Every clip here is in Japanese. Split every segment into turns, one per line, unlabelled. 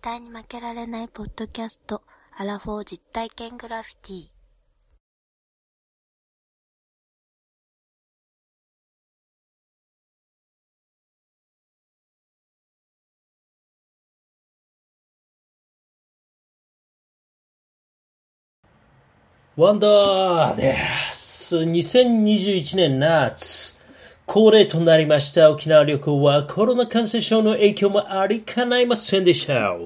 対に負けられないポッドキャスト、アラフォー実体験グラフィティ。
ワンダーです。2021年夏、恒例となりました沖縄旅行はコロナ感染症の影響もありかないませんでした。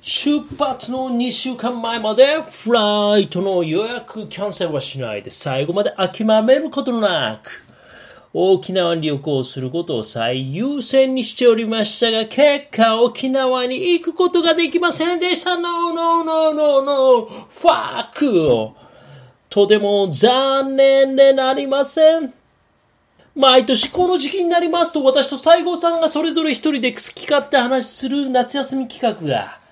出発の2週間前までフライトの予約キャンセルはしないで最後まで諦めることなく沖縄に旅行することを最優先にしておりましたが結果沖縄に行くことができませんでした No no no no no fuck とても残念でなりません毎年この時期になりますと私と西郷さんがそれぞれ一人で好き勝手話する夏休み企画が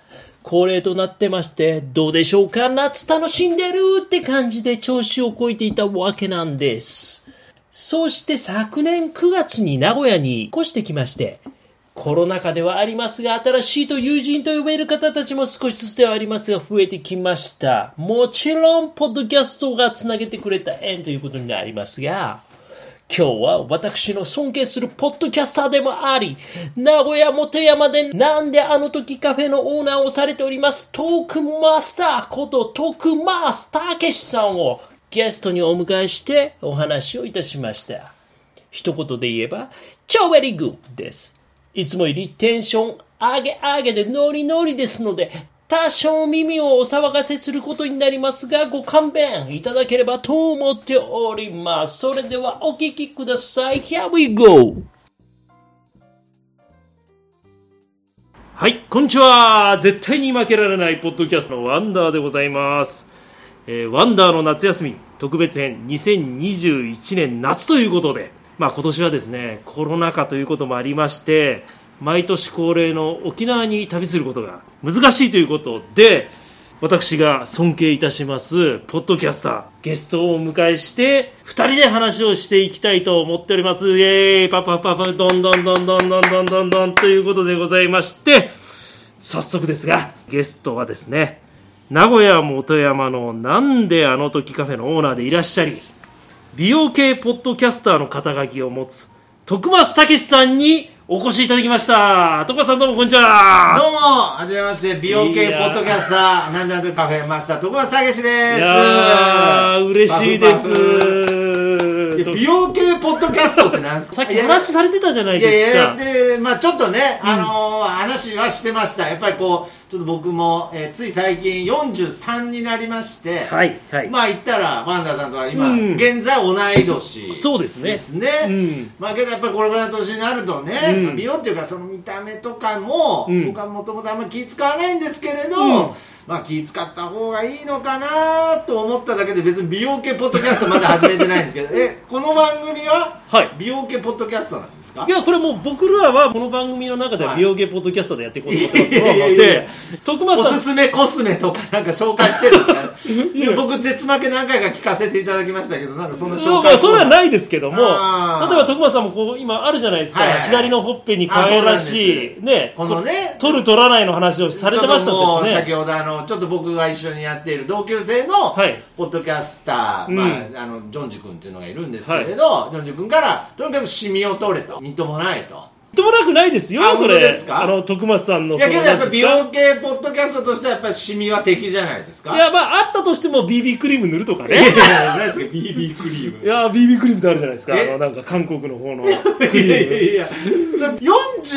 恒例となってまして、どうでしょうか夏楽しんでるって感じで調子をこいていたわけなんです。そして昨年9月に名古屋に越してきまして、コロナ禍ではありますが、新しいと友人と呼べる方たちも少しずつではありますが、増えてきました。もちろん、ポッドキャストがつなげてくれた縁ということになりますが、今日は私の尊敬するポッドキャスターでもあり、名古屋元山でなんであの時カフェのオーナーをされております、トークマスターことトークマスターけしさんをゲストにお迎えしてお話をいたしました。一言で言えば、超ベリグッです。いつもよりテンション上げ上げでノリノリですので、多少耳をお騒がせすることになりますが、ご勘弁いただければと思っております。それではお聞きください。Here we go! はい、こんにちは絶対に負けられないポッドキャストのワンダーでございます。えーワンダーの夏休み特別編2021年夏ということで、まあ、今年はですねコロナ禍ということもありまして毎年恒例の沖縄に旅することが難しいということで私が尊敬いたしますポッドキャスターゲストをお迎えして2人で話をしていきたいと思っておりますイエーイパパパパどんどんどんどんどんどんどんどんということでございまして早速ですがゲストはですね名古屋元山のなんであの時カフェのオーナーでいらっしゃり美容系ポッドキャスターの肩書きを持つ徳松武さんにお越しいただきました徳松さんどうもこんにちは
どうも、はじめまして、美容系ポッドキャスター、なんだなんだカフェマスター、徳松たけしです。
いやー嬉しいです
パフパフ
と
美容系ポッドキャストってなんですか
さっきお話しされてたじゃない
いやい
です
や
か
いや、で、まあちょっとね、あのー話はしてました。やっぱりこう、ちょっと僕も、えーつい最近43になりまして、
はいはい、
まあ言ったら、ワンダーさんとは今、
うん
現在同い年。
そうですね
ですね、
うん
まあけどやっぱりこれぐらいの年になるとね、
うん
まあ美容っていうかその見た目とかも、
うん
僕はもともとあんまり気使わないんですけれど、
うん
まあ気使った方がいいのかなと思っただけで別に美容系ポッドキャストまだ始めてないんで すけどえこの番組は
はい
美容系ポッドキャストなんですか
いやこれもう僕らはこの番組の中では
はい
美容系ポッドキャストでやっていこうと思ってますの
いやいやいや
で徳松
お
さん
すすめコスメとかなんか紹介してるんで すか、ね
いや、
僕絶負け何回か聞かせていただきましたけどなんかそんな
そ
紹
うま
介
あそれはないですけども例え
あー
ば徳松さんもこう今あるじゃないですか、
はいはいはい
左のほっぺに可愛らしい
あそうなんです
ね
このね
取る取らないの話をされてまし
ちょっと
た
もう
です
先
ね
ほどあのちょっと僕が一緒にやっている同級生の
はい
ポッドキャスター、
うん
まあ、あのジョンジ君っていうのがいるんですけれど、ジョンジ君からとにかくシミを取れとみっともないと
とんでもなくないですよ
あ
そ
本当
れ
ですか
あの徳松さんの
いやけどやっぱ
そのなんて
り美
いうん
容
です
系ポッドキャストとしてはやっぱりシミは敵じゃないですか
かいやまああったとしても BB クリーム塗るとか
いや
ね
いやいや何ですか BB クリー
い
ム
や BB クリームってあるじゃないですかあ
え
のなんか韓国の方のク
いやいや
リーム
いやそれ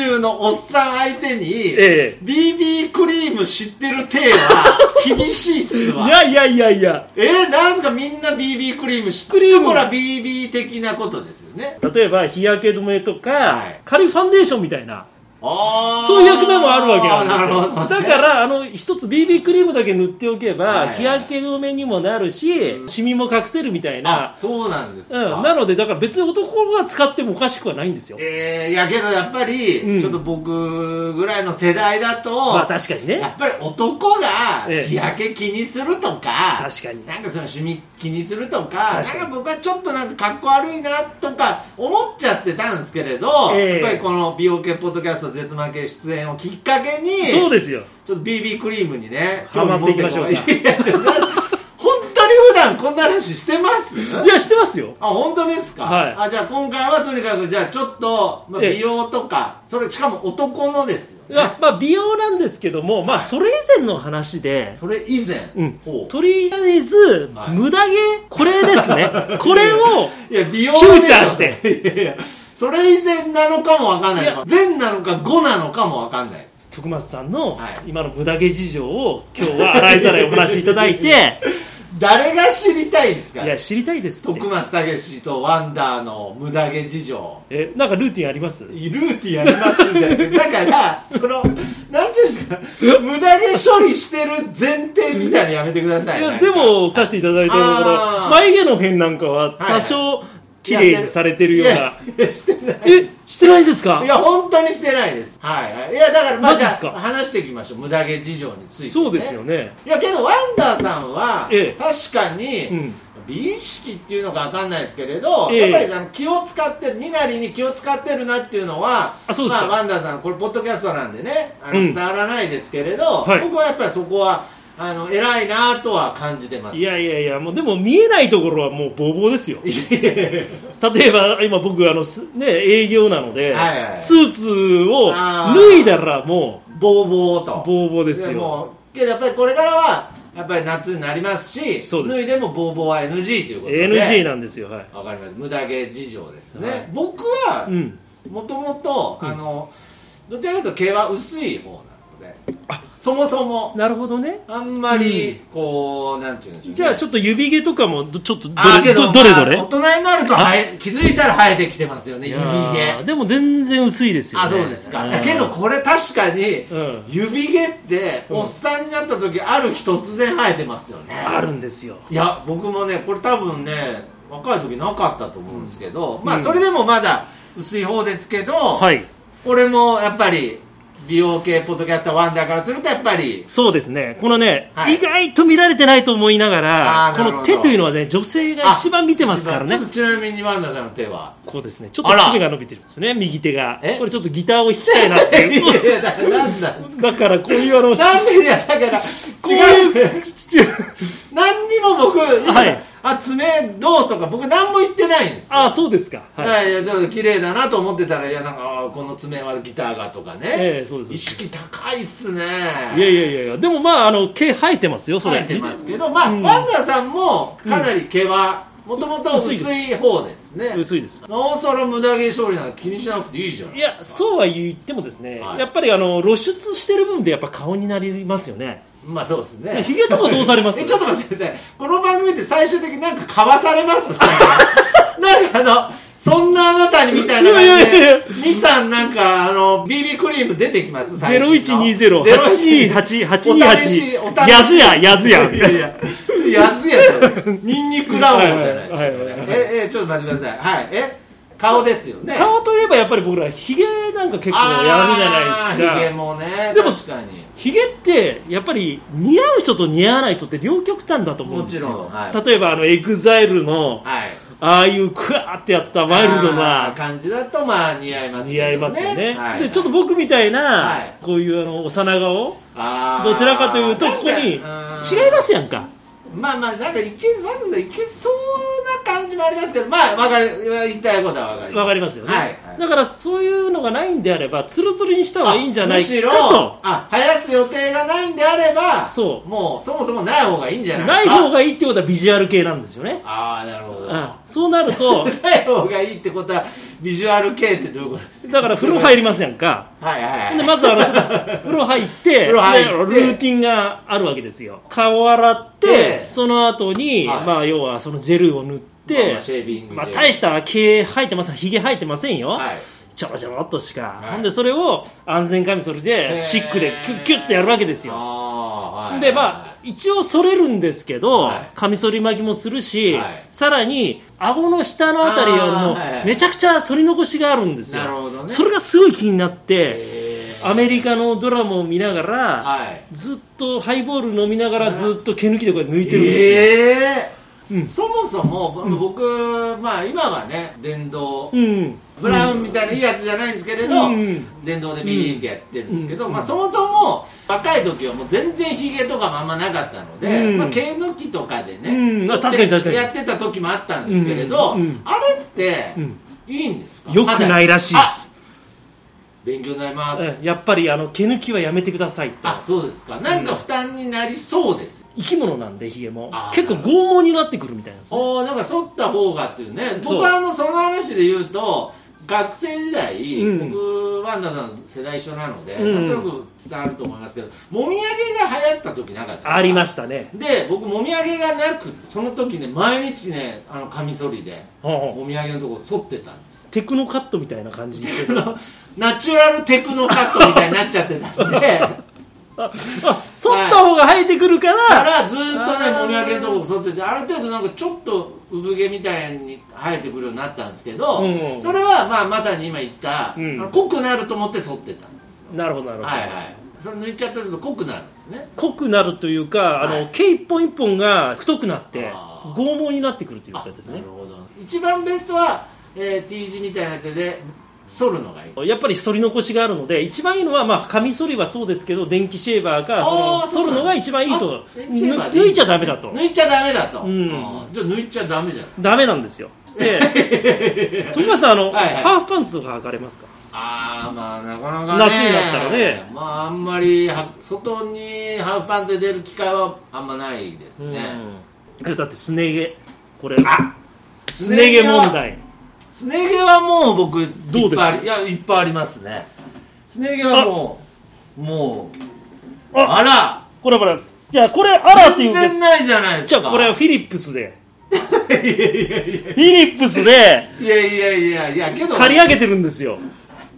40のおっさん相手に、
ええ
BB クリーム知ってる体は厳しいっすわ
いやいやいやいや
えー、なんすかみんな BB クリーム知って
クリーム
ほら BB 的なことですよね
例えば日焼け止めとか、
はい
軽いファンデーションみたいな
あー
そういう役目もあるわけなんです
な
よ
る。ほど
だから、あの、一つ BB クリームだけ塗っておけ
はいはい
ば、
はい
日焼け止めにもなるし、シミも隠せるみたい
あ
な。
そうなんです
う
か、
ん。なので、だから別に男が使ってもおかしくはないんですよ。
えー、いやけどやっぱり、
うん
ちょっと僕ぐらいの世代だと、
まあ確かに
や
ね。
っぱり男が
ええ
日焼け気にするとか、
確かに
なんかそのシミ気にするとか
確かに
なんか僕はちょっとなんかかっこ悪いなとか思っちゃってたんですけれど、
ええ
やっぱりこの美容系ポッドキャストと絶負け出演をきっかけに、
そうですよ。
ちょっと BB クリームにね、
ハマっていきましょうか
興味持ってもらいいや本当に普段こんな話してます
いや、知ってますよ。
あ、本当ですか、
はい
あ、じゃあ今回はとにかく、じゃあちょっと、まあ、
ええ
美容とか、それしかも男のですよ。
まあ、まあ、美容なんですけども、まあ、それ以前の話で、
それ以前。
うん
ほう
とりあえず、
はい
無駄毛、これです ね。これを、
いや、美容
フューチャー
でょ
して。
いやいや、それ以前なのかもわかんない
いや
前なのか後なのかもわかんないです。
徳松さんの
はい
今の無駄毛事情を今日は洗いざらいお話しいただ いて
誰が知りたいです
い
か
や知りたいですって
徳松武史とワンダーの無駄毛事情
えなんかルーティンあります
ルーティンやりますじゃなくてだからその何ていうんですか無駄毛処理してる前提みたいにやめてください
いや
なんか
でも貸していただいたとこ
あー
ろ眉毛の辺なんかは
はいはい
多少綺麗にされてるよう
い
な
やいやしてない
えしてないですか
いや本当にしてないですはいはいいやだからまあ
マジ
じ
っ
ゃ
すか
あ話していきましょう無駄毛事情について、ね、
そうですよね
いやけどワンダーさんは、
ええ
確かに、
うん
美意識っていうのかわかんないですけれど、
ええ
やっぱりあの気を使ってる身なりに気を使ってるなっていうのは
あそうですか
まあ、ワンダーさんこれポッドキャストなんでねあの、
うん
伝わらないですけれど、
はい
僕はやっぱりそこはあの偉いなとは感じてます
い やいやいやもうでも見えないところはもうボーボーですよ
いやいやいや
例えば今僕あのすね営業なので、
はいはい
スーツを
あー
脱いだらも
ボーボーと
うボーボーです
いや
よ
もうけどやっぱりこれからはやっぱり夏になりますし
そうです
脱いでもボーボーは NG ということで
NG なんですよはい、
わかります無駄毛事情ですね、
はい
僕は
うん、
もともとあのどちらかというと毛は薄い方なのでそもそも
なるほどね
あんまりこう、なんていうんでしょう、ね、
じゃあちょっと指毛とかもどちょっとど
あー
れ
け
ど
ど
どれど
まあ
れ
大人になると生え気づいたら生えてきてますよね
い
指
や
毛
ーでも全然薄いですよ、ね、
あそうですか
ん
だけどこれ確かに
うん
指毛って
うん
おっさんになった時ある日突然生えてますよね
あるんですよ
いや僕もねこれ多分ね若い時なかったと思うんですけど、ま
う
あ
ん
それでもまだ薄い方ですけど、
はい
これもやっぱり美容系ポッドキャスターワンダーからするとやっぱり
そうですねこのね、
はい
意外と見られてないと思いなが
あ
ら
ーな
こ
るほど
の手というのはね女性が一番見てますから
ちょ
ね
っとちなみにワンダーさんの 手は
こうですねちょっと
あら
爪が伸びてるんですね右手が
え
これちょっとギターを弾きたいなって
いやい
いう
やだからなんだ
だからこういうあの
なんでいやだから
こうい
違う
う違う
何にも僕、
はい
あ爪どうとか僕何も言ってないんですよ
あーそうですかはい、
い、やいやちょっと綺麗だなと思ってたらいやなんかあーこの爪はギターがとかね、
ええそうですそうです
意識高いっすね
いやいやいやいやでもまああの毛生えてますよそ
生
れ
えてますけどまあ、
うん
ワンダーさんもかなり毛はもともと薄い方ですね、
薄いです
なおさら無駄毛処理なんか気にしなくていいじゃない
い
です
や
か
そうは言ってもですね、
はい
やっぱりあの露出してる部分でやっぱ顔になりますよね
まあそうですね
ひげとかどうされます
えちょっと待ってくださいこの番組って最終的になんかかわされます なんかあのそんなあなたにみたいな感
いや
じ
いやいや
で23なんかあの BB クリーム出てきます最終の
0120828828やずややずや
いやいややつやつニンニクラウンドじゃないですかそ
は
れ
いはいはいはい
ええちょっと待ってくださいはいえ顔ですよね
顔といえばやっぱり僕らひげなんか結構やるじゃない
ヒ
ですか
ゲもね
でも
確かに
ひげってやっぱり似合う人と似合わない人って両極端だと思うんです
もちろ
よ、
んはい
例えばあのエグザイルの
はい
ああいうクワーってやったワイルド
あー
な
感じだとまあ似合いますけ
似
どね
合いますよね、
はい
でちょっと僕みたいな、
はい
こういうあの幼顔
あー
どちらかというとここに違い
な
ま
んか
すやんか
うんまあまあなんかいけワルドいけそうな感じもありますけどまあわかる言いたいことはわかります
わかりますよね、
はい
だからそういうのがないんであればツルツルにした方がいいんじゃない
あむしろ
か
あ生やす予定がないんであれば
そう
もうそもそもない方がいいんじゃ
と
ない
ない
か
方がいいってことはビジュアル系なんですよね、
ああなるほど
うん、そうなると
ない方がいいってことはビジュアル系ってどういうことですか
だから風呂入りますやんか
はいはいはい
でまずあ のちょっと風呂入って
風呂入って
でルーティンがあるわけですよ顔洗って、
で
その後に、
はい
まあ要はそのジェルを塗って、
まあシェービング
まあ、大
し
した毛生えてませんひげ生えてませんよ、
はい
ちょろちょろっとしか、
はい
ほんでそれを安全カミソリ
へー
でシックでキュッキュッとやるわけですよ
あーはい
でまあ一応剃れるんですけど、
はい
カミソリ巻きもするし、
はい
さらに顎の下のあたり
あーはい
あ
は
の
い
めちゃくちゃ剃り残しがあるんですよ
なるほどね
それがすごい気になって
えー
アメリカのドラマを見ながら、
はい
ずっとハイボール飲みながらずっと毛抜きでこれ抜いてるんですよ、
ええ
うん
そもそも僕、まあ今はね電動
うん
ブラウンみたいないいやつじゃないんですけれど、
うん
電動でビリンってやってるんですけど、まあ、そもそも若い時はもう全然ヒゲとかもあんまなかったので、
うん
まあ、毛抜きとかでね、
うんあ確かに確かに
やってた時もあったんですけれど、
うんうん
あれって
うん
いいんですか、
よくないらしいで
あ
す
勉強になります、
うんやっぱりあの毛抜きはやめてくださいと
あそうですかなんか負担になりそうです、
生き物なんでヒゲも
あー
結構剛毛になってくるみたいなんですね
おーなんか剃った方がっていうね
そう
僕はあのその話で言うと学生時代、
うん
僕ワンダさん世代一緒なので、
うん
なんとなく伝わると思いますけどもみあげが流行った時なかった
ありま
し
したね
たで僕もみあげがなくその時ね毎日ねあのカミソリで
ほう
もみあげのとこ剃ってたんです
テクノカットみたいな感じに してた
ナチュラルテクノカットみたいになっちゃってたんで
あ剃った方が生えてくるか
だかららずーっとね
あー
もみあげのとこ剃っててある程度なんかちょっと産毛みたいに生えてくるようになったんですけど、
うん
それはまあまさに今言った、
うん
あの濃くなると思って剃ってたんですよ
なるほどなるほど
はいはいそれ抜いちゃったりすると濃くなるんですね
濃くなるというかあ
は
の
い
毛一本一本が太くなって
あー
剛毛になってくるという
あ
かですね
なるほど一番ベストは、えー、T 字みたいなやつで剃るのがいい
やっぱり剃り残しがあるので一番いいのは、まあ、カミソリはそうですけど電気シェーバーかそ
あ
の
ー
剃るのが一番いいと
あ電気シェーバー
ぬ
でいい
抜いちゃダメだと
抜いちゃダメだと、
うん
あーじゃあ抜いちゃダメじゃん
ダメなんですよで 徳川さんあの、
はいはい
ハーフパンツとか履かれますか
ああまあなかなかね
夏になったらね
まああんまりは外にハーフパンツで出る機会はあんまないですね、
うんだってすね毛これすね毛問題
すね毛はもう僕
どうです
いっぱいありいやいっぱいありますねすね毛はもうもう
あ
あら
これこれいやこれあらってい
全
うけど
然ないじゃないです
じ
か
ゃあこれはフィリップスでフィリップスで
いやいやいやいやけど
刈り上げてるんですよ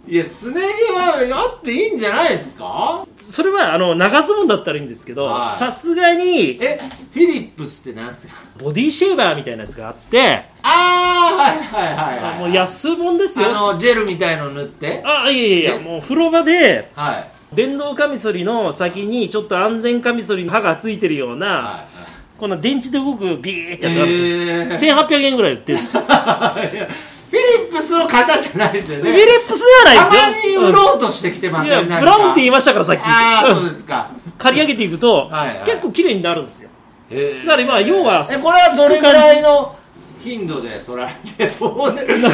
いやすね毛はあっていいんじゃないですか
それはあの長ズボンだったらいいんですけど
はい
さすがに
えフィリップスってなんですか
ボディシェーバーみたいなやつがあって
ああはいはいはい、はい、
あもう安本ですよ
あのジェルみたいの塗って
あいやいやいやもう風呂場で
はい
電動カミソリの先にちょっと安全カミソリの刃がついてるような、
はい
こんな電池で動くビーってやつがあるん
え
ですよ、1800円ぐらいで売ってるんですよ
いやフィリップスの方じゃないですよ
フィ
ね
リップスでは
た
ない
ま
です
に
よ
売ろうとしてきてま
うんい
せん
や
なんか
ブラウンって言いましたからさっき
ああそう
うん
ですか
刈り上げていくと、
はいはい
結構綺麗になるんですよ
だ
だからまあ要は
えこれはどれぐらいの頻度でそられてると思うねいやな本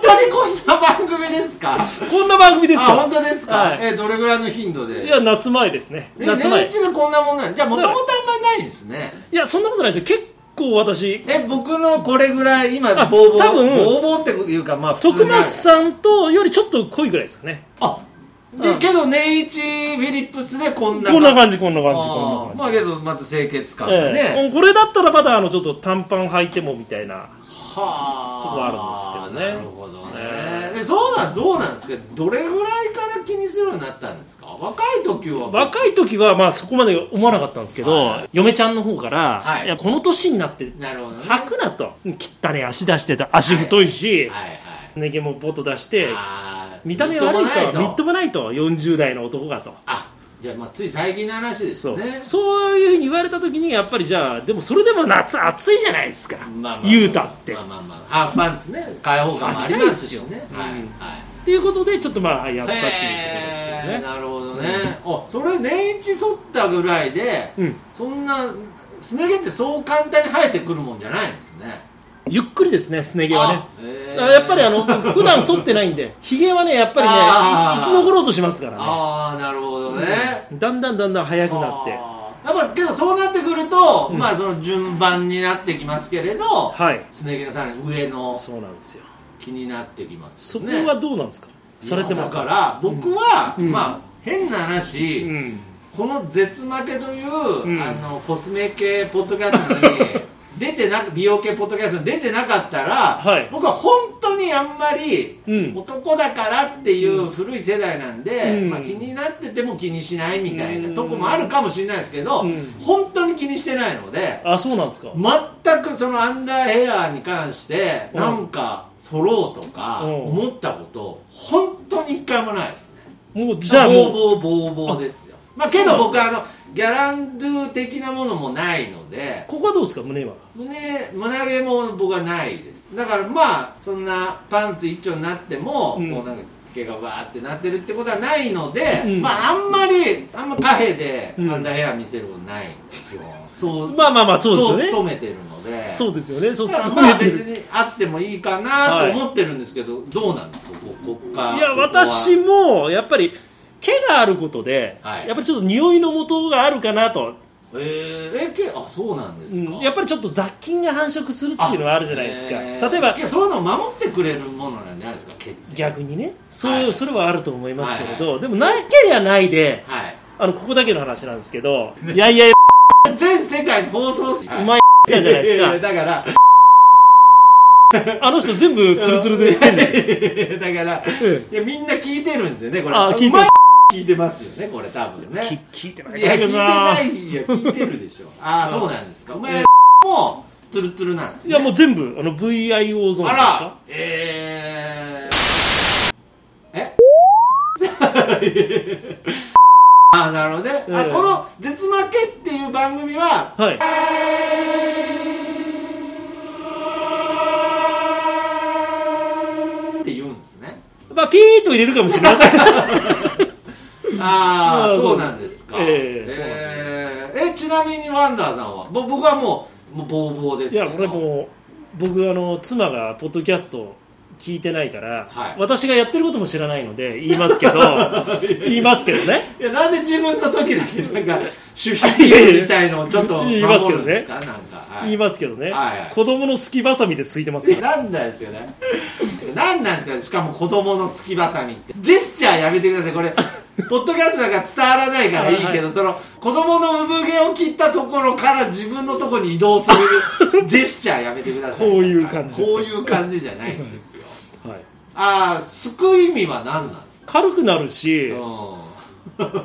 当にこんな番組ですか
こんな番組です
あ
から
本当ですか、
はい
えどれぐらいの頻度で
いや夏前ですね
え
夏
年
前
一でこんなもんなんじゃあもともとあんまないんですね
いやそんなことないですよ結構私
え僕のこれぐらい今
あ
ボーボー
多分
ボーボーっていうかまあ普通にある
徳松さんとよりちょっと濃いぐらいですかね
あ
う
で
ん
けど年一フィリップスでこんな
こんな感じこんな感じ
あ
こ
ー
んな
ま
感
あけどまた清潔感
じ、
がね、
ええこれだったらまだあのちょっと短パン履いてもみたいなとこあ
は
るんですけどね
なるほどねえそうなんどうなんですかどれぐらいから気にするようになったんですか若い時は
若い時はまあそこまで思わなかったんですけど、
はい
嫁ちゃんの方から、
はい
いやこの年になって
なるほどね
履くなと切ったね足出してた足太いし、
はいはい
ね毛もボッと出して
あー
見た目悪いとみ
みっ
っ
と
と
も
もないと40代の男がと
あじゃあまあつい最近の話です
そ
よ
う,、
ね
そういうふうに言われた時にやっぱりじゃあでもそれでも夏暑いじゃないですか、
まあまあ
言うたって、
まあまあまあハーフパンツね開放感もありますしね
うん
はいはい
っていうことでちょっとまあやったっていうところですけど
へー
ね
なるほどねあそれ年一剃ったぐらいで
うん
そんなすね毛ってそう簡単に生えてくるもんじゃないんですね
ゆっくりですねすね毛はね
ね
あやっぱりあの普段剃ってないんでひげはねやっぱりね
あ
生
ー
き生き残ろうとしますからね
ああなるほどね、
だんだんだんだん速くなって
あーやっぱけどそうなってくると、まあその順番になってきますけれど、
はい
すね毛がさらに上の
そうなんですよ
気になってきます
そ
よ
こ
ね
はどうなんですか、されてます
いやだから僕は、
うん
まあ変な話、
うん
この絶負けという、
うん
あのコスメ系ポッドキャストに出てなく美容系ポッドキャストに出てなかったら、
はい
僕は本当にあんまり
うん
男だからっていう古い世代なんで、
うん
まあ、気になってても気にしないみたいな
うん
とこもあるかもしれないですけど、
うん
本当に気にしてないので
あそうなんですか
全くそのアンダーヘアに関して
うん
なんか揃ろうとか
うん
思ったこと本当に一回もないですね。
もうじゃあ
ボ
も
ー
う
ボーボーボーですよまあけど僕あのギャランドゥ的なものもないので
ここはどうですか胸は
胸胸毛も僕はないですだからまあそんなパンツ一丁になっても、
うん
こうなんか毛がわーってなってるってことはないので、
うん
まああんまりあんまカフェで
うん
アンダーヘア見せることないんですよ、そう
まあまあまあそうです
そう
よね
勤めてるので
そうですよねそう
だから
勤
ま
め
あ
て
別
る
にあってもいいかなと思ってるんですけど、どうなんですかここ国家
いや私もやっぱり毛があることで、
はい
やっぱりちょっと匂いの元があるかなと、
えー、えけあそうなんで
う
すか、
ん、やっぱりちょっと雑菌が繁殖するっていうのはあるじゃないですか、
えー
例えば
いやそういうのを守ってくれるものなんじゃないですか毛って
逆にねそういう、
はい
それはあると思いますけれど、
はい
でもなけりゃないで
はい
あのここだけの話なんですけどいやいやいや
全世界に放送する、
うまいじゃないですか
ややだから
あの人全部ツルツルで言ってんですよ。
すだから
え
いやみんな聞いてるんですよねこれ
あ聞いてる
うま聞いてますよねこれ多分
き
ね
聞いてないい
や
だ
聞い
け
て
ど
な
ない
いや聞いてるでしょああそうなんですかお前もツルツルなんです
い
ね
やもう全部あの VIO ゾーンです
あら
から
えー、え あなるほどね、
え
あ
え
この「絶負け」っていう番組は
はい
って言うんですね
まあピーッと入れるかもしれません
あ
ま
あ
あ
そうなんですか
そうええ
えーえちなみにワンダーさんはぼ僕はもうもうボーボーです
い
け
や
ど
これもう僕あの妻がポッドキャスト聞いてないから、
はい
私がやってることも知らないので言いますけ ど言いますけどね
いやなんで自分の時だ けなんか守秘義みたいのをちょっと守るんですかなんか、はい
言いますけどね、
はいはい
子供のすきばさみですいてますよ
なんなんですよね。なんなんですかしかも子供のすきばさみって。ジェスチャーやめてください。これ、ポッドキャストだから伝わらないからいいけど、その、子供の産毛を切ったところから自分のところに移動す るジェスチャーやめてください。
こういう感じです
こういう感じじゃないんで すよ。
はい、
あー、すく意味は何なんですか
軽くなるし、
うん。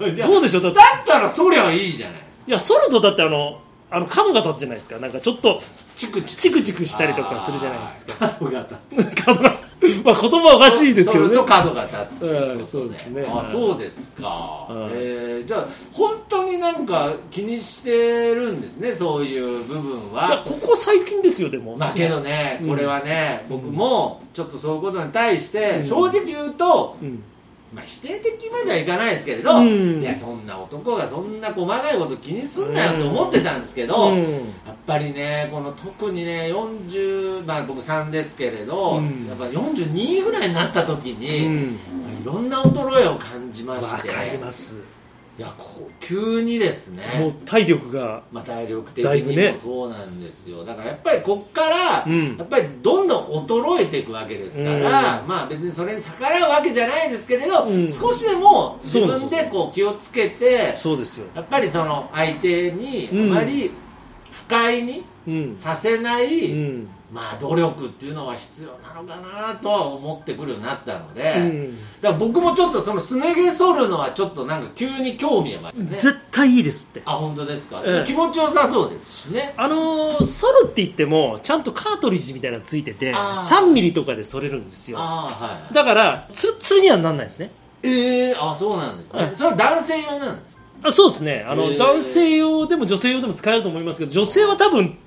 いや
どうでしょうだって
だったらそりゃいいじゃないですか。
いや剃るとだってあのあの角が立つじゃないですかなんかちょっと
チクチク。
チクチクしたりとかするじゃないですか
か。角が立つ。
角がまあ言葉おかしいですけど
それ
ね
と角が立つっていこと、
うんそうですね
あ、
はい
そうですか。
い
えーじゃあ本当になんか気にしてるんですね、そういう部分
いや
は。
ここ最近ですよでも
だけどね、
うん
これはね、
うん
僕もちょっとそういうことに対して
うん
正直言うと、
うん
まあ否定的まではいかないですけれど、
うん
いやそんな男がそんな細かいこと気にすんなよと思ってたんですけど。
うん
やっぱりね、この特にね、40、まあ僕3ですけれど、
うん
やっぱ42ぐらいになった時に、
うん
いろんな衰えを感じま
わ
して
かります
いやこう急にです
も
ね
う、体力が
まあ、体力的
だいぶ
に
ね
もそうなんですよだからやっぱりこっから、
うん
やっぱりどんどん衰えていくわけですから、
うん
まあ別にそれに逆らうわけじゃないですけれど、
うん
少しでも自
そうなん
分
ですよ
でこう気をつけて
そうですよ
やっぱりその相手に
う
あ
ん
まり不快に
うん
させない、
うん
まあ努力っていうのは必要なのかなとは思ってくるようになったので。
うん
だから僕もちょっとそのすね毛剃るのはちょっとなんか急に興味がましたね
絶対いいですって
あ本当ですか、
ええ
気持ちよさそうですしね
あのー、剃るって言ってもちゃんとカートリッジみたいなのついてて
あー
3ミリとかで剃れるんですよ
ああはい
だからツルッツルにはなんないですね
ええあそうなんですね、
はい
それは男性用なんですか
あそうですねあの、
へー
男性用でも女性用でも使えると思いますけど女性は多分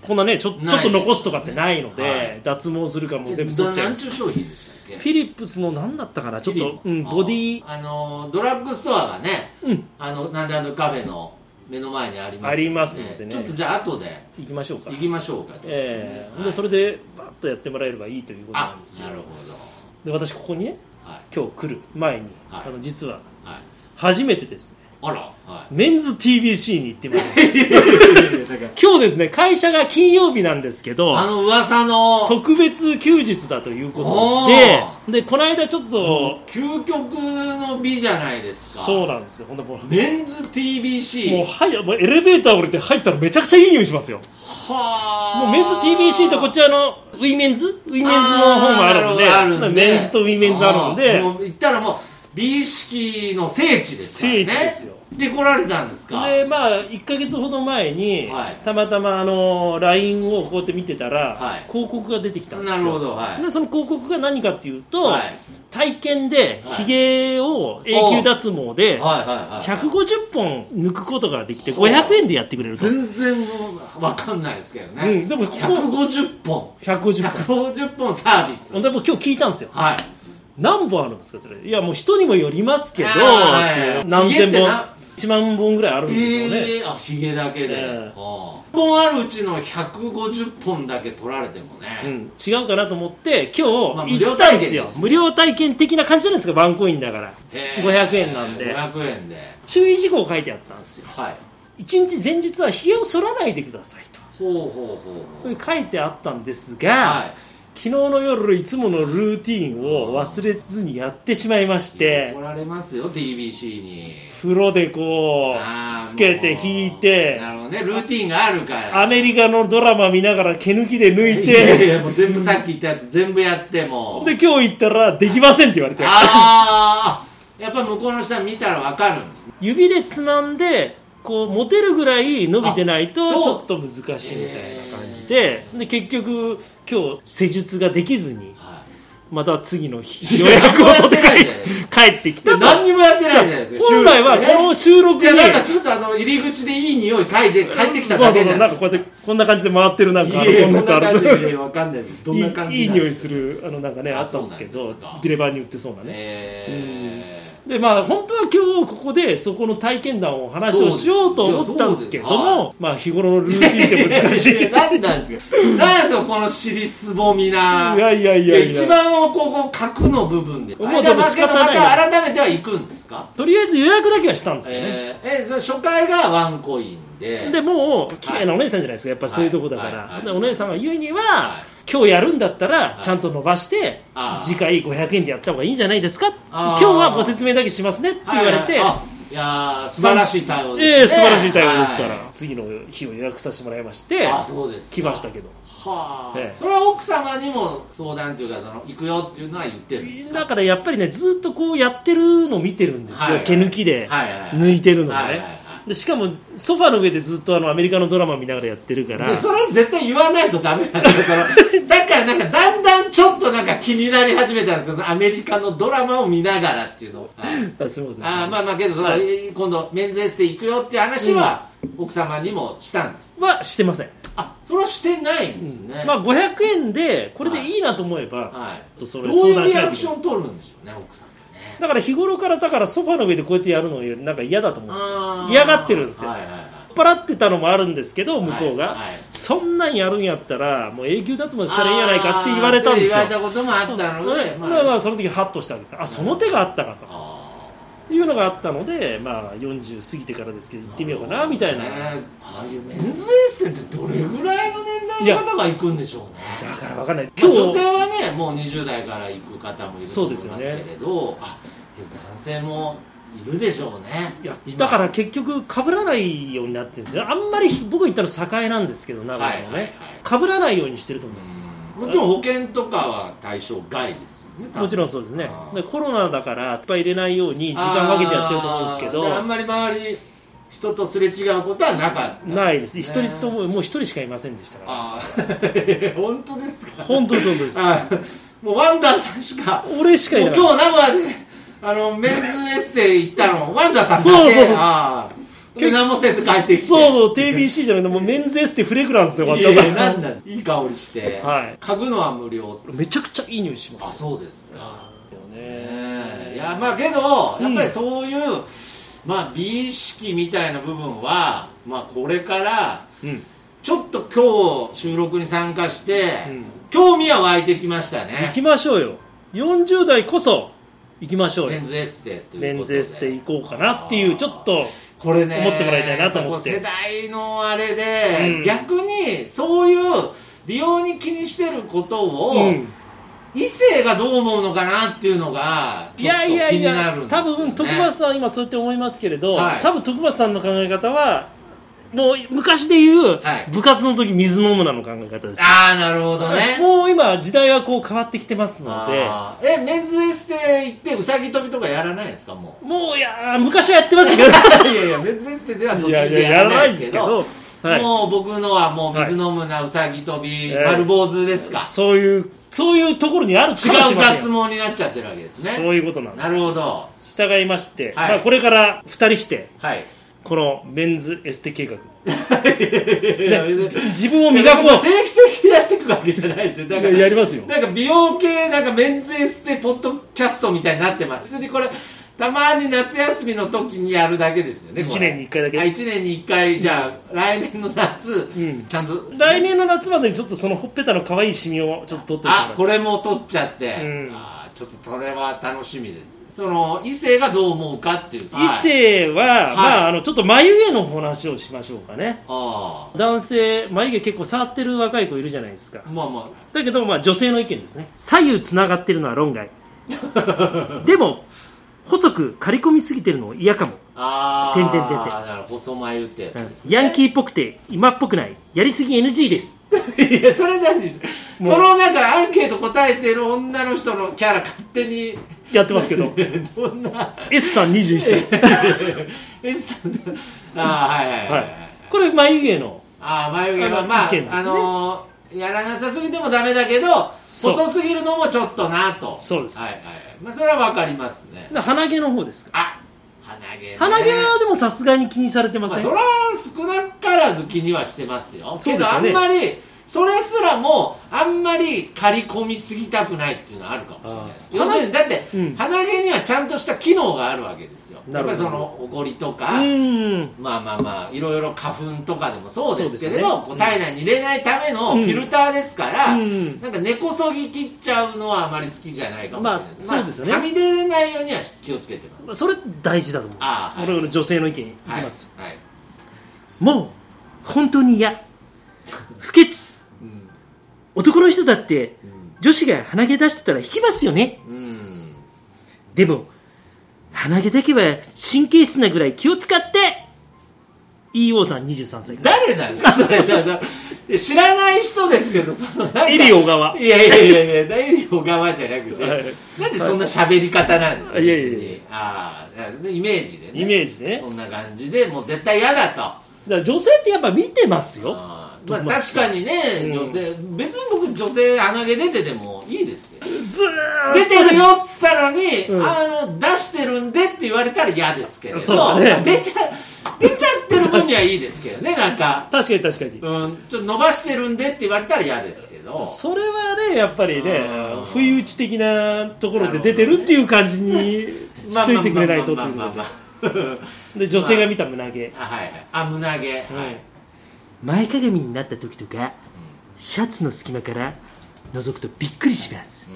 こんなねちょち
ない
ょっと残すとかってないので、
はい
脱毛するかもう全部
ど
そっちゃい
な
ま
ん
す
ちゅう商品でしたっ
フ
け
ィリップスの何だったかなちょっ
フィリッ
と、
プ
うん、ボディ
ああのドラッグストアがね
うん
あのなんであのカフェの目の前にあります
ありますのでね
ちょっとじゃあ後で
行きましょうか
行きましょうか
ええ
はい
でそれでバッとやってもらえればいいということな
あ
んですよ
なるほ
で
ど
私ここにね
はい
今日来る前に、
はい
あの実は
はい
初めてですね
あらはい
メンズ TBC に行ってまいりました
だから
今日ですね会社が金曜日なんですけど
あの噂 の
特別休日だということででこの間ちょっと、
究極の美じゃないですか
そうなんですよほんでもう
メンズ
もう
TBC
はい、もうエレベーター降りて入ったらめちゃくちゃいい匂いしますよ
はあ
もうメンズ TBC とこっちらのウィメンズウィメンズの方もあるんで
あーなるほどあるんで
メンズとウィメンズあるんで
ああもう言ったらもう美意識の聖地ですからね
聖地ですよ
で来られたんですか
でまあ1か月ほど前に、
はい
たまたまあの LINE をこうやって見てたら、
はい
広告が出てきたんですよ
なるほどはい
でその広告が何かっていうと、
はい
体験で
は
ひ
い
げを永久脱毛で
はいはいはい
150本抜くことができて
ほう
500円でやってくれると
全然わかんないですけどね、
うんでもここ
150本
150本
150本サービス
でも今日聞いたんですよ
はい
何本あるんですかそれいやもう人にもよりますけど
あーはいはい
っていう何千
ひげって
本
な
1万本ぐらいあるんですよね、
ええー、あひげだけで、
ええ
はあ本あるうちの150本だけ取られてもね、
うん、違うかなと思って今
まあ
日行ったんですよ、
無
無料体験的な感じじゃないですかワンコインだから
へえ
500円なんで
500円で
注意事項書いてあったんですよ
はい
1日前日はひげを剃らないでください
ほうほうほうほう
と書いてあったんですが、
はい
昨日の夜いつものルーティンを忘れずにやってしまいまして
怒られますよ TBC に
風呂でこ
あ
う
ー
つけて
もう
引いて
なるほどねルーティンがあるから
アメリカのドラマ見ながら毛抜きで抜い
いやい
て
やもう全部さっき言ったやつ全部やっても
で今日行ったらできませんって言われて
ああやっぱ向こうの人は見たらわかるんですね
指でつまんでこう持てるぐらい伸びてない
あ
とち
そ
ょ
う
っと難しいみたいな感じでで結局今日施術ができずに
はい
また次の日
い
予
や
約を取って
やってな
帰
いじゃ
って帰ってきたと
何にもやってないじゃないですか
本来は
収録
この収録
い
に
やなんかちょっとあの入り口でいい匂い嗅いで帰ってきただけじ
そうそうそ
ゃ
う
な
ないんか
です
こうやってこんな感じで回ってるなんか
いやいやこん
の
な感じ
る
でわかんないですどんな感じ
いいいい
なん
匂い
です
るあのなんかね
あ
あったんですけ
そうな
ど
んですか
ディレバーに売ってそうなね
えー
でまあ本当は今日ここでそこの体験談を話をしようと思ったんですけど
そうですいやそう
も、まあ日頃のルーティンって難しいい
何なんですか何ですかこの尻すぼみな
やいやい
いや
やい
一
や
番をここ角の部分です
もう
あじゃあ
でも
まあ
仕方
ま
ない
た改めては行くんですか
とりあえず予約だけはしたんですよね、
えーえーその初回がワンコインで
でもう綺麗なお姉さんじゃないですかやっぱりそういうとこだから、
はいはい
でお姉さんが言うには、
はい
今日やるんだったら
い
ちゃんと伸ばして、
あー
次回500円でやった方がいいんじゃないですか今
あー
日はご説明だけしますねって言われて、
はいはいあいやー素晴らしい対応
ええ素晴らしい対応ですから、
は
次の日を予約させてもらいまして
いあそうですか
来ましたけど
はあ、
ええ
それは奥様にも相談というかその行くよっていうのは言ってるんですか
だからやっぱりねずっとこうやってるのを見てるんですよ、
はいはい
毛抜きで
はいはいはい
抜いてるのが
はいはいは
ねでしかもソファの上でずっとあのアメリカのドラマ見ながらやってるから
でそれは絶対言わないとダメなんですよその だからなんかだんだんちょっとなんか気になり始めたんですよそのアメリカのドラマを見ながらっていうのをはい
あすいません
あーまあまあけどその今度メンズエステ行くよっていう話は奥様にもしたんです
はしてません、
あそれはしてないんですね、
まあ、500円でこれでいいなと思えば、
はい
ちょっとそ
どう
れ
いうリ
相
ア
談
ク
し
シ
ない
ョン取るんでしょうね奥さんね
だから日頃からだからソファの上でこうやってやるのなんか嫌だと思うんです
あ
よ
ー
嫌がってるんですよ、
はいはいはい
酔っ払ってたのもあるんですけど向こうが、
はいはい
そんなんやるんやったらもう永久脱毛したらいいんやないかって言われたんですよ
あーって言われたこともあったので、
ね
ま
だから
あ、
その時ハッとしたわけですあその手があったか
あ
というのがあったので、まあ、40過ぎてからですけど行
ー
ってみようかなみたいなだ
ねああいうメンズエステってどれぐらいの年代の方が行くんでしょうね
から分かんない
ま
今
あ
日、
女性はねもう20代から行く方もいると思います
そう
け
ですよね
れど、あでも男性もいるでしょうね
いや
今
だから結局かぶらないようになってるんですよあんまり僕行ったの境なんですけど長野の
はいはいはい
ねかぶ、らないようにしてると思います、
うんもちろん保険とかは対象外ですよね多分
もちろんそうですね
あー
でコロナだからいっぱい入れないように時間かけてやってると思うんですけど
あーあんまり周り人とすれ違うことはなかったんですね、
ないです一人とももう一人しかいませんでしたから
あー 本当ですか
本当にそうです
あもうワンダーさんしかもう
俺しかい
今
ない
日生であのメンズエステ行ったのワンダーさんだけ
そうそうそう
あーで何もせず帰ってきて
そう、TBC じゃなくて、もうメンズエステフレグランスで終わっ
い
ちゃ
や
っ
い
た
やなんだいい香りして、
はい
嗅ぐのは無料
めちゃくちゃいい匂いしま
あ
す。
そうですか
よね
ねえいやまあけどやっぱりそういう、まあ美意識みたいな部分はまあこれから
うん。
ちょっと今日収録に参加して、
うん
興味は湧いてきました
行
ね
きましょうよ。40代こそ、行きましょう
メ
よ
ン。ズエステということで
メンズエステ行こうかなっていう、ちょっと、
これね
思ってもらいたいなと思って
やぱこう世代のあれで、
うん
逆にそういう美容に気にしてることを、
うん。
異性がどう思うのかなっていうのが
いやいやい
ちょっと気にな
や
るん、ですよ
多
ね
分、徳松さんは今そうやって思いますけれど、
はい
多分、徳松さんの考え方は、もう昔で言う
はい、
部活の時水飲むなの考え方です。
ああなるほどね
もう今、時代はこう変わってきてますので、
あーえメンズエステ行ってうさぎ跳びとかやらないんですかもう
もういやー、昔はやってましたけど、
いやいや、メンズエステでは 途
い
中
やい
で
や、
や
やら
らな
ないい
で
ですす
け
け
ど、
ど、はい
もう僕のはもう水飲むな、うさぎ跳び、丸坊主ですか。
そういうそういうところにあるかもしれ
違う
ません
脱毛になっちゃってるわけです
そ
ね。
ういうことなんで
なるほど。
す従いまして、
はい
まあ、これから2人して
はい。
このメンズエステ計画
いや別に
自分を磨こ
定期的にやっていくわけじゃないですよ。だから
う やりますよ
なんか美容系なんかメンズエステポッドキャストみたいになってます普通にこれたまに夏休みの時にやるだけですよね
一
これ
年に一回だけ
あ一年に一回じゃあ来年の夏、
ん
ちゃんと
来年の夏までにちょっとそのほっぺたの可愛いシミをちょっと取っておいてもらっ
あ
て
これも取っちゃって、
うん
あーちょっとそれは楽しみですその異性がどう思うかっていう
異性は、
い
まあ、あのちょっと眉毛のお話をしましょうかね
あ
男性眉毛結構触ってる若い子いるじゃないですか
あまあま
だけど、まあ、女性の意見ですね左右つながってるのは論 外でも細く刈り込みすぎてるの嫌かも、
ああ
てんてんてんてん
なるほど細眉ってやつですね、
ヤンキーっぽくて今っぽくないやりすぎ NG です
いやそれ何ですそのなんかアンケート答えてる女の人のキャラ勝手に
やってますけど
どんな
S さん21歳、
えそんなあーはいはいは、
はい
はい、
い、これ眉毛の
あー眉毛は
あの
まあ、
意見ですね
あのーやらなさすぎてもダメだけど
そう
細すぎるのもちょっとなと
そうです
はいはいはいまあそれはわかりますね
鼻毛の方ですか
あ鼻毛、ね、
鼻毛はでもさすがに気にされてま
ま
せん、
あ、それは少なからず気にはしてますよ
そうですよ
け
ね
どあんまりそれすらもあんまり刈り込みすぎたくないっていうのはあるかもしれないです
あー
要するにだって、
うん
鼻毛にはちゃんとした機能があるわけですよや
な
っ
る
ぱ
ほ
り
ど
そのおごりと
う
か、
ーん
まあまあまあいろいろ花粉とかでもそうですけれ
そうです
ど、
ね
こう体内に入れないためのフィルターですから、
うん
なんか根こそぎ切っちゃうのはあまり好きじゃないかもしれない、
まあそうですよね
はみ出ないようには気をつけてます
それ大事だと思います、
あーはい
俺の女性の意見いき
はい
ます、
はい
もう本当に嫌不潔
うん
男の人だって女子が鼻毛出してたら引きますよね
うん、うん
でも鼻毛だけは神経質なぐらい気を使って EO さん23歳
誰なんですか それそれそれ知らない人ですけどそのなんか
エリオ側
いやいやいやいやエリオ側じゃなくて、
はい
なんでそんな喋り方なんですか
はいいやいやいや
別にああイメージでね
イメージね
そんな感じでもう絶対嫌だと
だから女性ってやっぱ見てますよ
あーまあ確かにね、
うん
女性別に僕女性鼻毛出ててもいいですけど
ずーっと
出てるよっつったのに、
うん
あの出してるんでって言われたら嫌ですけれど
そうだね
出ちゃ出ちゃってる分にはいいですけどねなんか、
確かに確かに、
うん、ちょっと伸ばしてるんでって言われたら嫌ですけど
それはねやっぱりね
あー
不意打ち的なところで出てるっていう感じにしといてくれないとって
まあ
いう
まあ
こ
まあまあまあ
とで女性が見た胸毛、
あ はいはいあ胸毛、はい
前かがみになった時とかシャツの隙間から覗くとびっくりします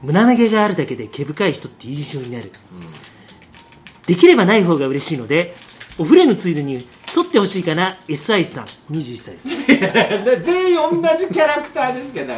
う
胸毛があるだけで毛深い人って印象になる
んうん
できればない方が嬉しいのでお触れのついでに剃ってほしいかな SI さん21歳です
で 全員同じキャラクターですけど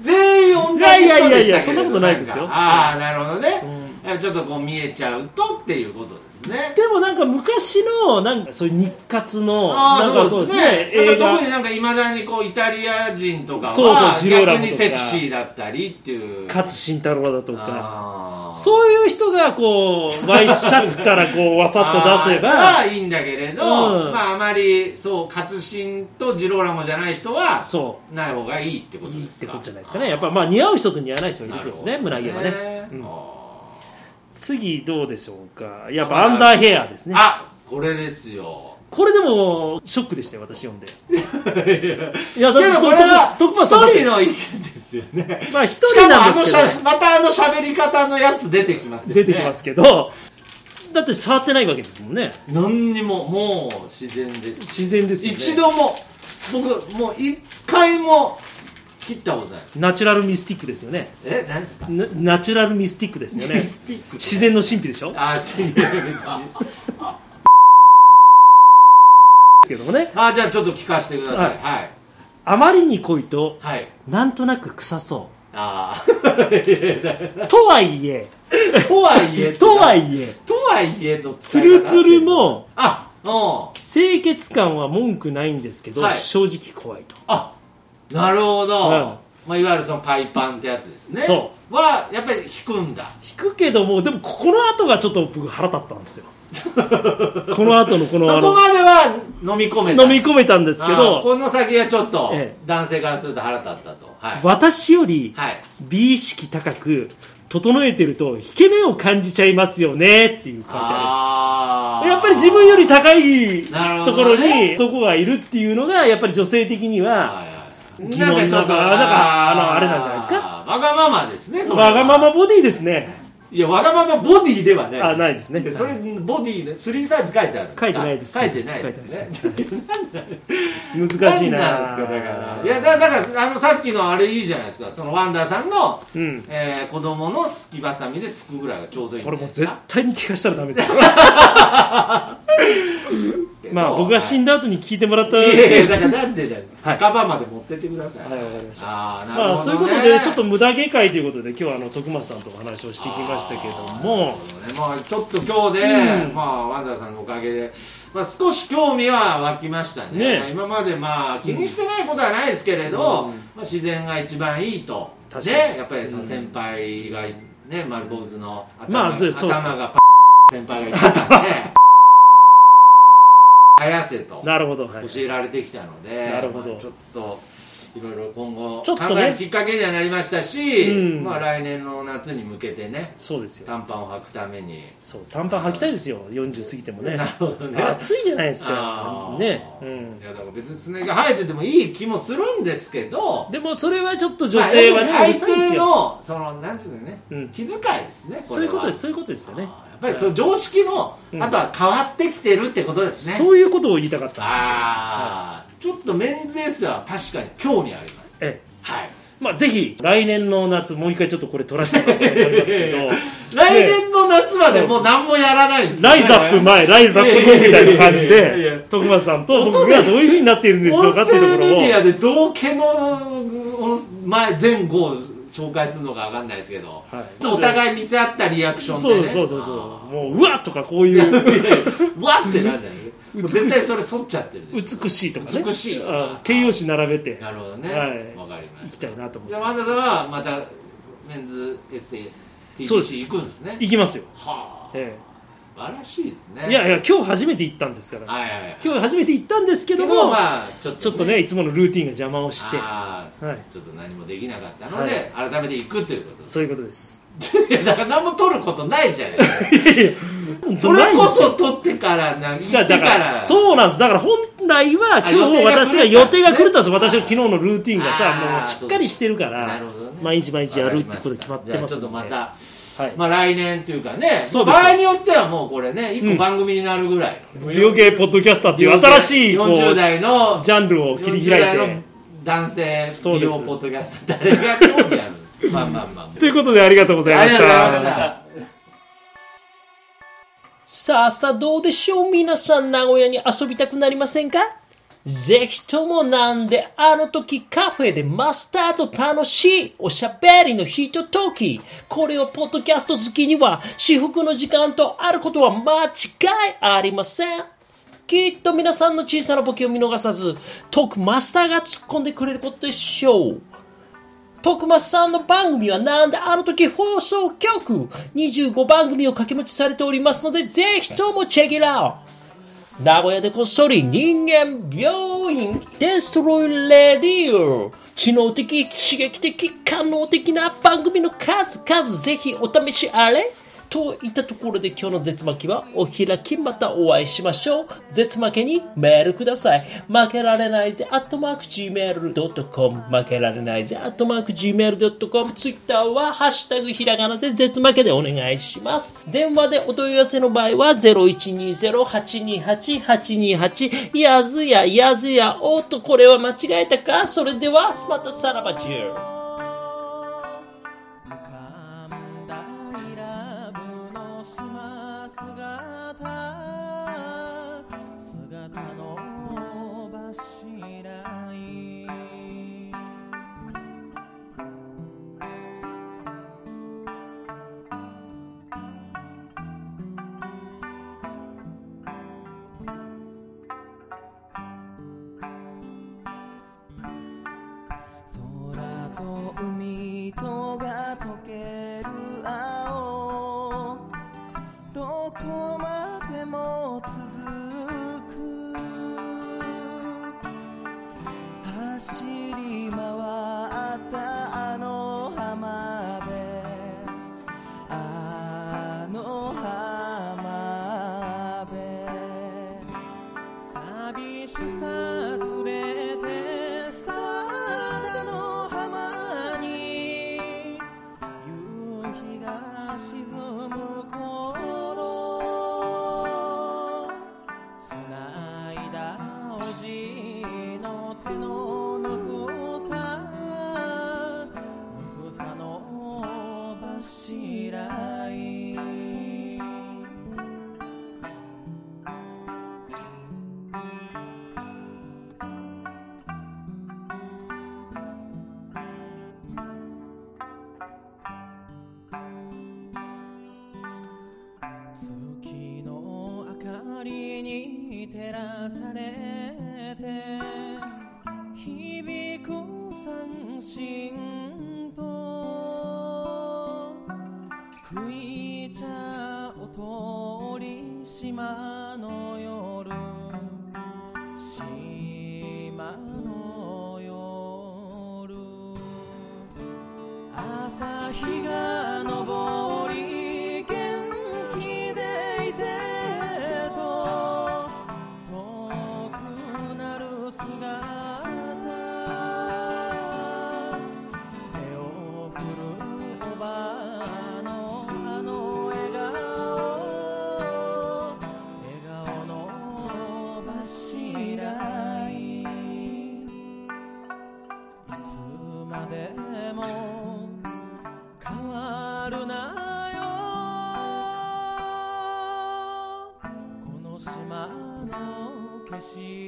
全員同じ人でしたけれ
い
ど
やいやいやそんなことないですよ
んかああなるほどね
うん、
やっぱちょっとこう見えちゃうとっていうことですね
でもなんか昔のなんかそういう日活の
あ
なん
あ
か
そ
そう
う
で
ですす
ね
ね
映
なんか
画
特になんかいまだにこうイタリア人とか
そう
は
そうジローラモ
逆に
とか
セクシーだったりっていう
勝慎太郎だとか
あー
そういう人がこ うワイシャツからこうわさっと出せ
あー
ば
まあいいんだけれど、
うん
まああまりそう活心とジローラモじゃない人は
そう
ない方がいいってこと
いい
で
っ
す
て
か
ことじゃないですかねやっぱまあ似合う人と似合わない人がい
な
るん
る
です
ほど
ね胸毛はね、うん
あー
次どうでしょうかやっぱアンダーヘアですね
あこれで すよ
これでもショックでしたよ私読んでいや
けどこれは
とと
一
徳間さんだって
人の意見ですよね
まあ 一
し
人
かも
な
あ
んで
の
す
し
けど
ゃまたあの喋り方のやつ出てきますよね
出てきますけどだって触ってないわけですもんね
何にももう自然です
自然ですよね
一度も僕もう一回も切ったことないです
ナチュラルミスティックですよね
え何ですか
なナチュラルミスティックですよね
ミスティック
自然の神秘でしょで
あー死んでる別に
すけどもね
あーじゃあちょっと聞かせてくださいはい
あまりに濃いと
はい、
なんとなく臭そ
ああ
うとはいえ
とはいえ
とはいえ
とはいえの
ツルツルも
あうん
清潔感は文句ないんですけど、
はい
正直怖いと
あなるほど、
うん
まあ、いわゆるそのパイパンってやつですね
そ
はやっぱり引くんだ
引くけどもでもここの後がちょっと僕腹立ったん ですよこの後のこ
そ
のあ
こ
の
までは飲み込めた
飲み込めたんですけ
あー
ど
この先はちょっと
ええ
男性からすると腹立ったとはい、
私より
はい、
美意識高く整えてると引け目を感じちゃいますよねっていう感
あ
じ
ー
やっぱり自分より高い
なるほど
ところ
ね
に男がいるっていうのがやっぱり女性的には
はいはい
疑問
なんかちょっと
だからだからあのあれなんじゃないですか
わがままですねそれは
わがままボディですね
いやわがままボディではない
あないですね
それボディでスリーサイズ書いてある
書いてないです
書いてないです
書い
ね
難しいな
何んですかだからいやだだからあのさっきのあれいいじゃないですかそのワンダーさんの、
うん
えー子供のすきばさみですくぐらいがちょうどいいんじ
こ
ゃ
れ
な
も
い
う
です
絶
か
対に聞かしたらダメですよ
けど
まあ僕が死んだ後に聞いてもらった
いやいやだからなんでだよ、
はい
墓場まで持ってってください、
はいわかりました
ああなる
まあ
ほ
そう
ど、
いう
ね
ことでちょっと無駄下界ということで今日はあの徳松さんとお話をしてきましたけども
ねまあちょっと今日で、まあワンダーさんのおかげで、まあ、少し興味は湧きましたね
ね
今までまあ気にしてないことはないですけれど、まあ、自然が一番いいと
確かに
ねやっぱりその先輩がね丸坊主の頭,、
まあそうですそうです
頭がパッ先輩がいてたんで生やせと
なるほどはい
教えられてきたので、
なるほど
まあちょっといろいろ今後
ちょ
考
っとね
えるきっかけにはなりましたし、
うん
まあ来年の夏に向けてね
そうですよ
短パンを履くために
そう短パン履きたいですよ40過ぎてもね
なるほどね
暑いじゃないです
あ
か
ー
ねうん
いやだから別にすね毛生えててもいい気もするんですけど
でもそれはちょっと女性はね
まあ
うる
相
さいんです
手
よ
のそのなんていうのね、
うん
気遣いですね
そういうことです
よ
そういうことですよ
ね
ね
やっぱりその常識も、
うん
あとは変わってきてるってことですね
そういうことを言いたかったん
ああ、ちょっとメンズエステは確かに興味あります
ですええ
はい
まあぜひ来年の夏もう一回ちょっとこれ撮らせてもらってありますけど
来年の夏までもう何もやらないんですよ
ライザップ前、ライザップ後みたいな感じ
いやいやいやいや
で、徳松さんと僕がどういうふうになっているんでしょう
音
か
声
っていうとこ
メ
ろを
ディアで同家のお前前後を紹介するのか分かんないですけど、
はい
お互い見せ合ったリアクション
そ
で、
う
ね、
そうそうそう、もう、うわっとかこういう、
うわってなんだよねもう絶対それ反っちゃってるでしょ
美しいとかね、
美しいとか
あ形容詞並べて、
なるほどね、
は
わ
い
かりま
行
し
き
た
たいなと思っ
じ
て
ゃあワンダさんはまたメンズエステ t
そう
b
です
c 行くんですね
行きますよ。
はあ
え
素晴らしいですね
えいやいや、今日初めて行ったんですから、
はいはいはい
今日初めて行ったんですけ
け
ど
ど
も、
まあちょっと、
ちょっとね、いつものルーティンが邪魔をして、
あー
はい
ちょっと何もできなかったの
は
で、改めて行くということです
そういうことです。
いやだから何も取ることないじゃ ない
いやいや
それこそ取ってからな行っ
じゃあ
て
だ
か
からら、そうなんです。だから本来は
あ
今日私が予
予定
定
が
が
狂
狂
っ
ったた
ん
ん
で
ですす。私の昨日のルーティンが
あー
さ、もうしっかりしてるから
なるほどね、
毎日毎日やるってこと
わ
で決
かり
ま
ま
ってます
したじゃあちょっと
ん
ま
で。
た、
はい。
まあ、来年というかね
そうです
場合によってはもうこれね一個番組になるぐらいの、
無料系ポッドキャスターっていう新しいこう
40
ジ
代の
ャンルを切り開
40
い
代の
て。
男性
そう
美
で
容
す
ポッドキャスター誰が興味あるんですかまあまあまあ
ということでありがとうござい
あ
ま
り
し。
がとうございましたた
さあさあどうでしょう皆さん名古屋に遊びたくなりませんかぜひともなんであの時カフェでマスターと楽しいおしゃべりのひととき。これをポッドキャスト好きには至福の時間とあることは間違いありません。きっと皆さんの小さなボケを見逃さず、トークマスターが突っ込んでくれることでしょう。徳松さんの番組はなんであの時放送局25番組を掛け持ちされておりますのでぜひともチェックラウ名古屋でこっそり人間病院デストロイレディオ知能的刺激的官能的な番組の数々ぜひお試しあれといったところで今日の絶負けはお開きまたお会いしましょう絶負けにメールください負けられないぜ at mark gmail.com 負けられないぜ at mark gmail.com ツイッターはハッシュタグひらがなで絶負けでお願いします電話でお問い合わせの場合は0120-828-828やずややずやおっとこれは間違えたかそれではまたさらばじゅう
浮かんだイラブの島姿姿の柱に空と走り回ったあの浜辺あの浜辺寂しさ連れてサラダの浜に夕日が沈む頃繋いだおじいの手のぬふさぬふさの柱い月の明かりに照らされて響く三振と食い茶お通り島の夜島の夜朝日が昇り元気でいてと遠くなる姿手を振るおばあのあの笑顔笑顔の柱いいつまでも変わるなよこの島の景色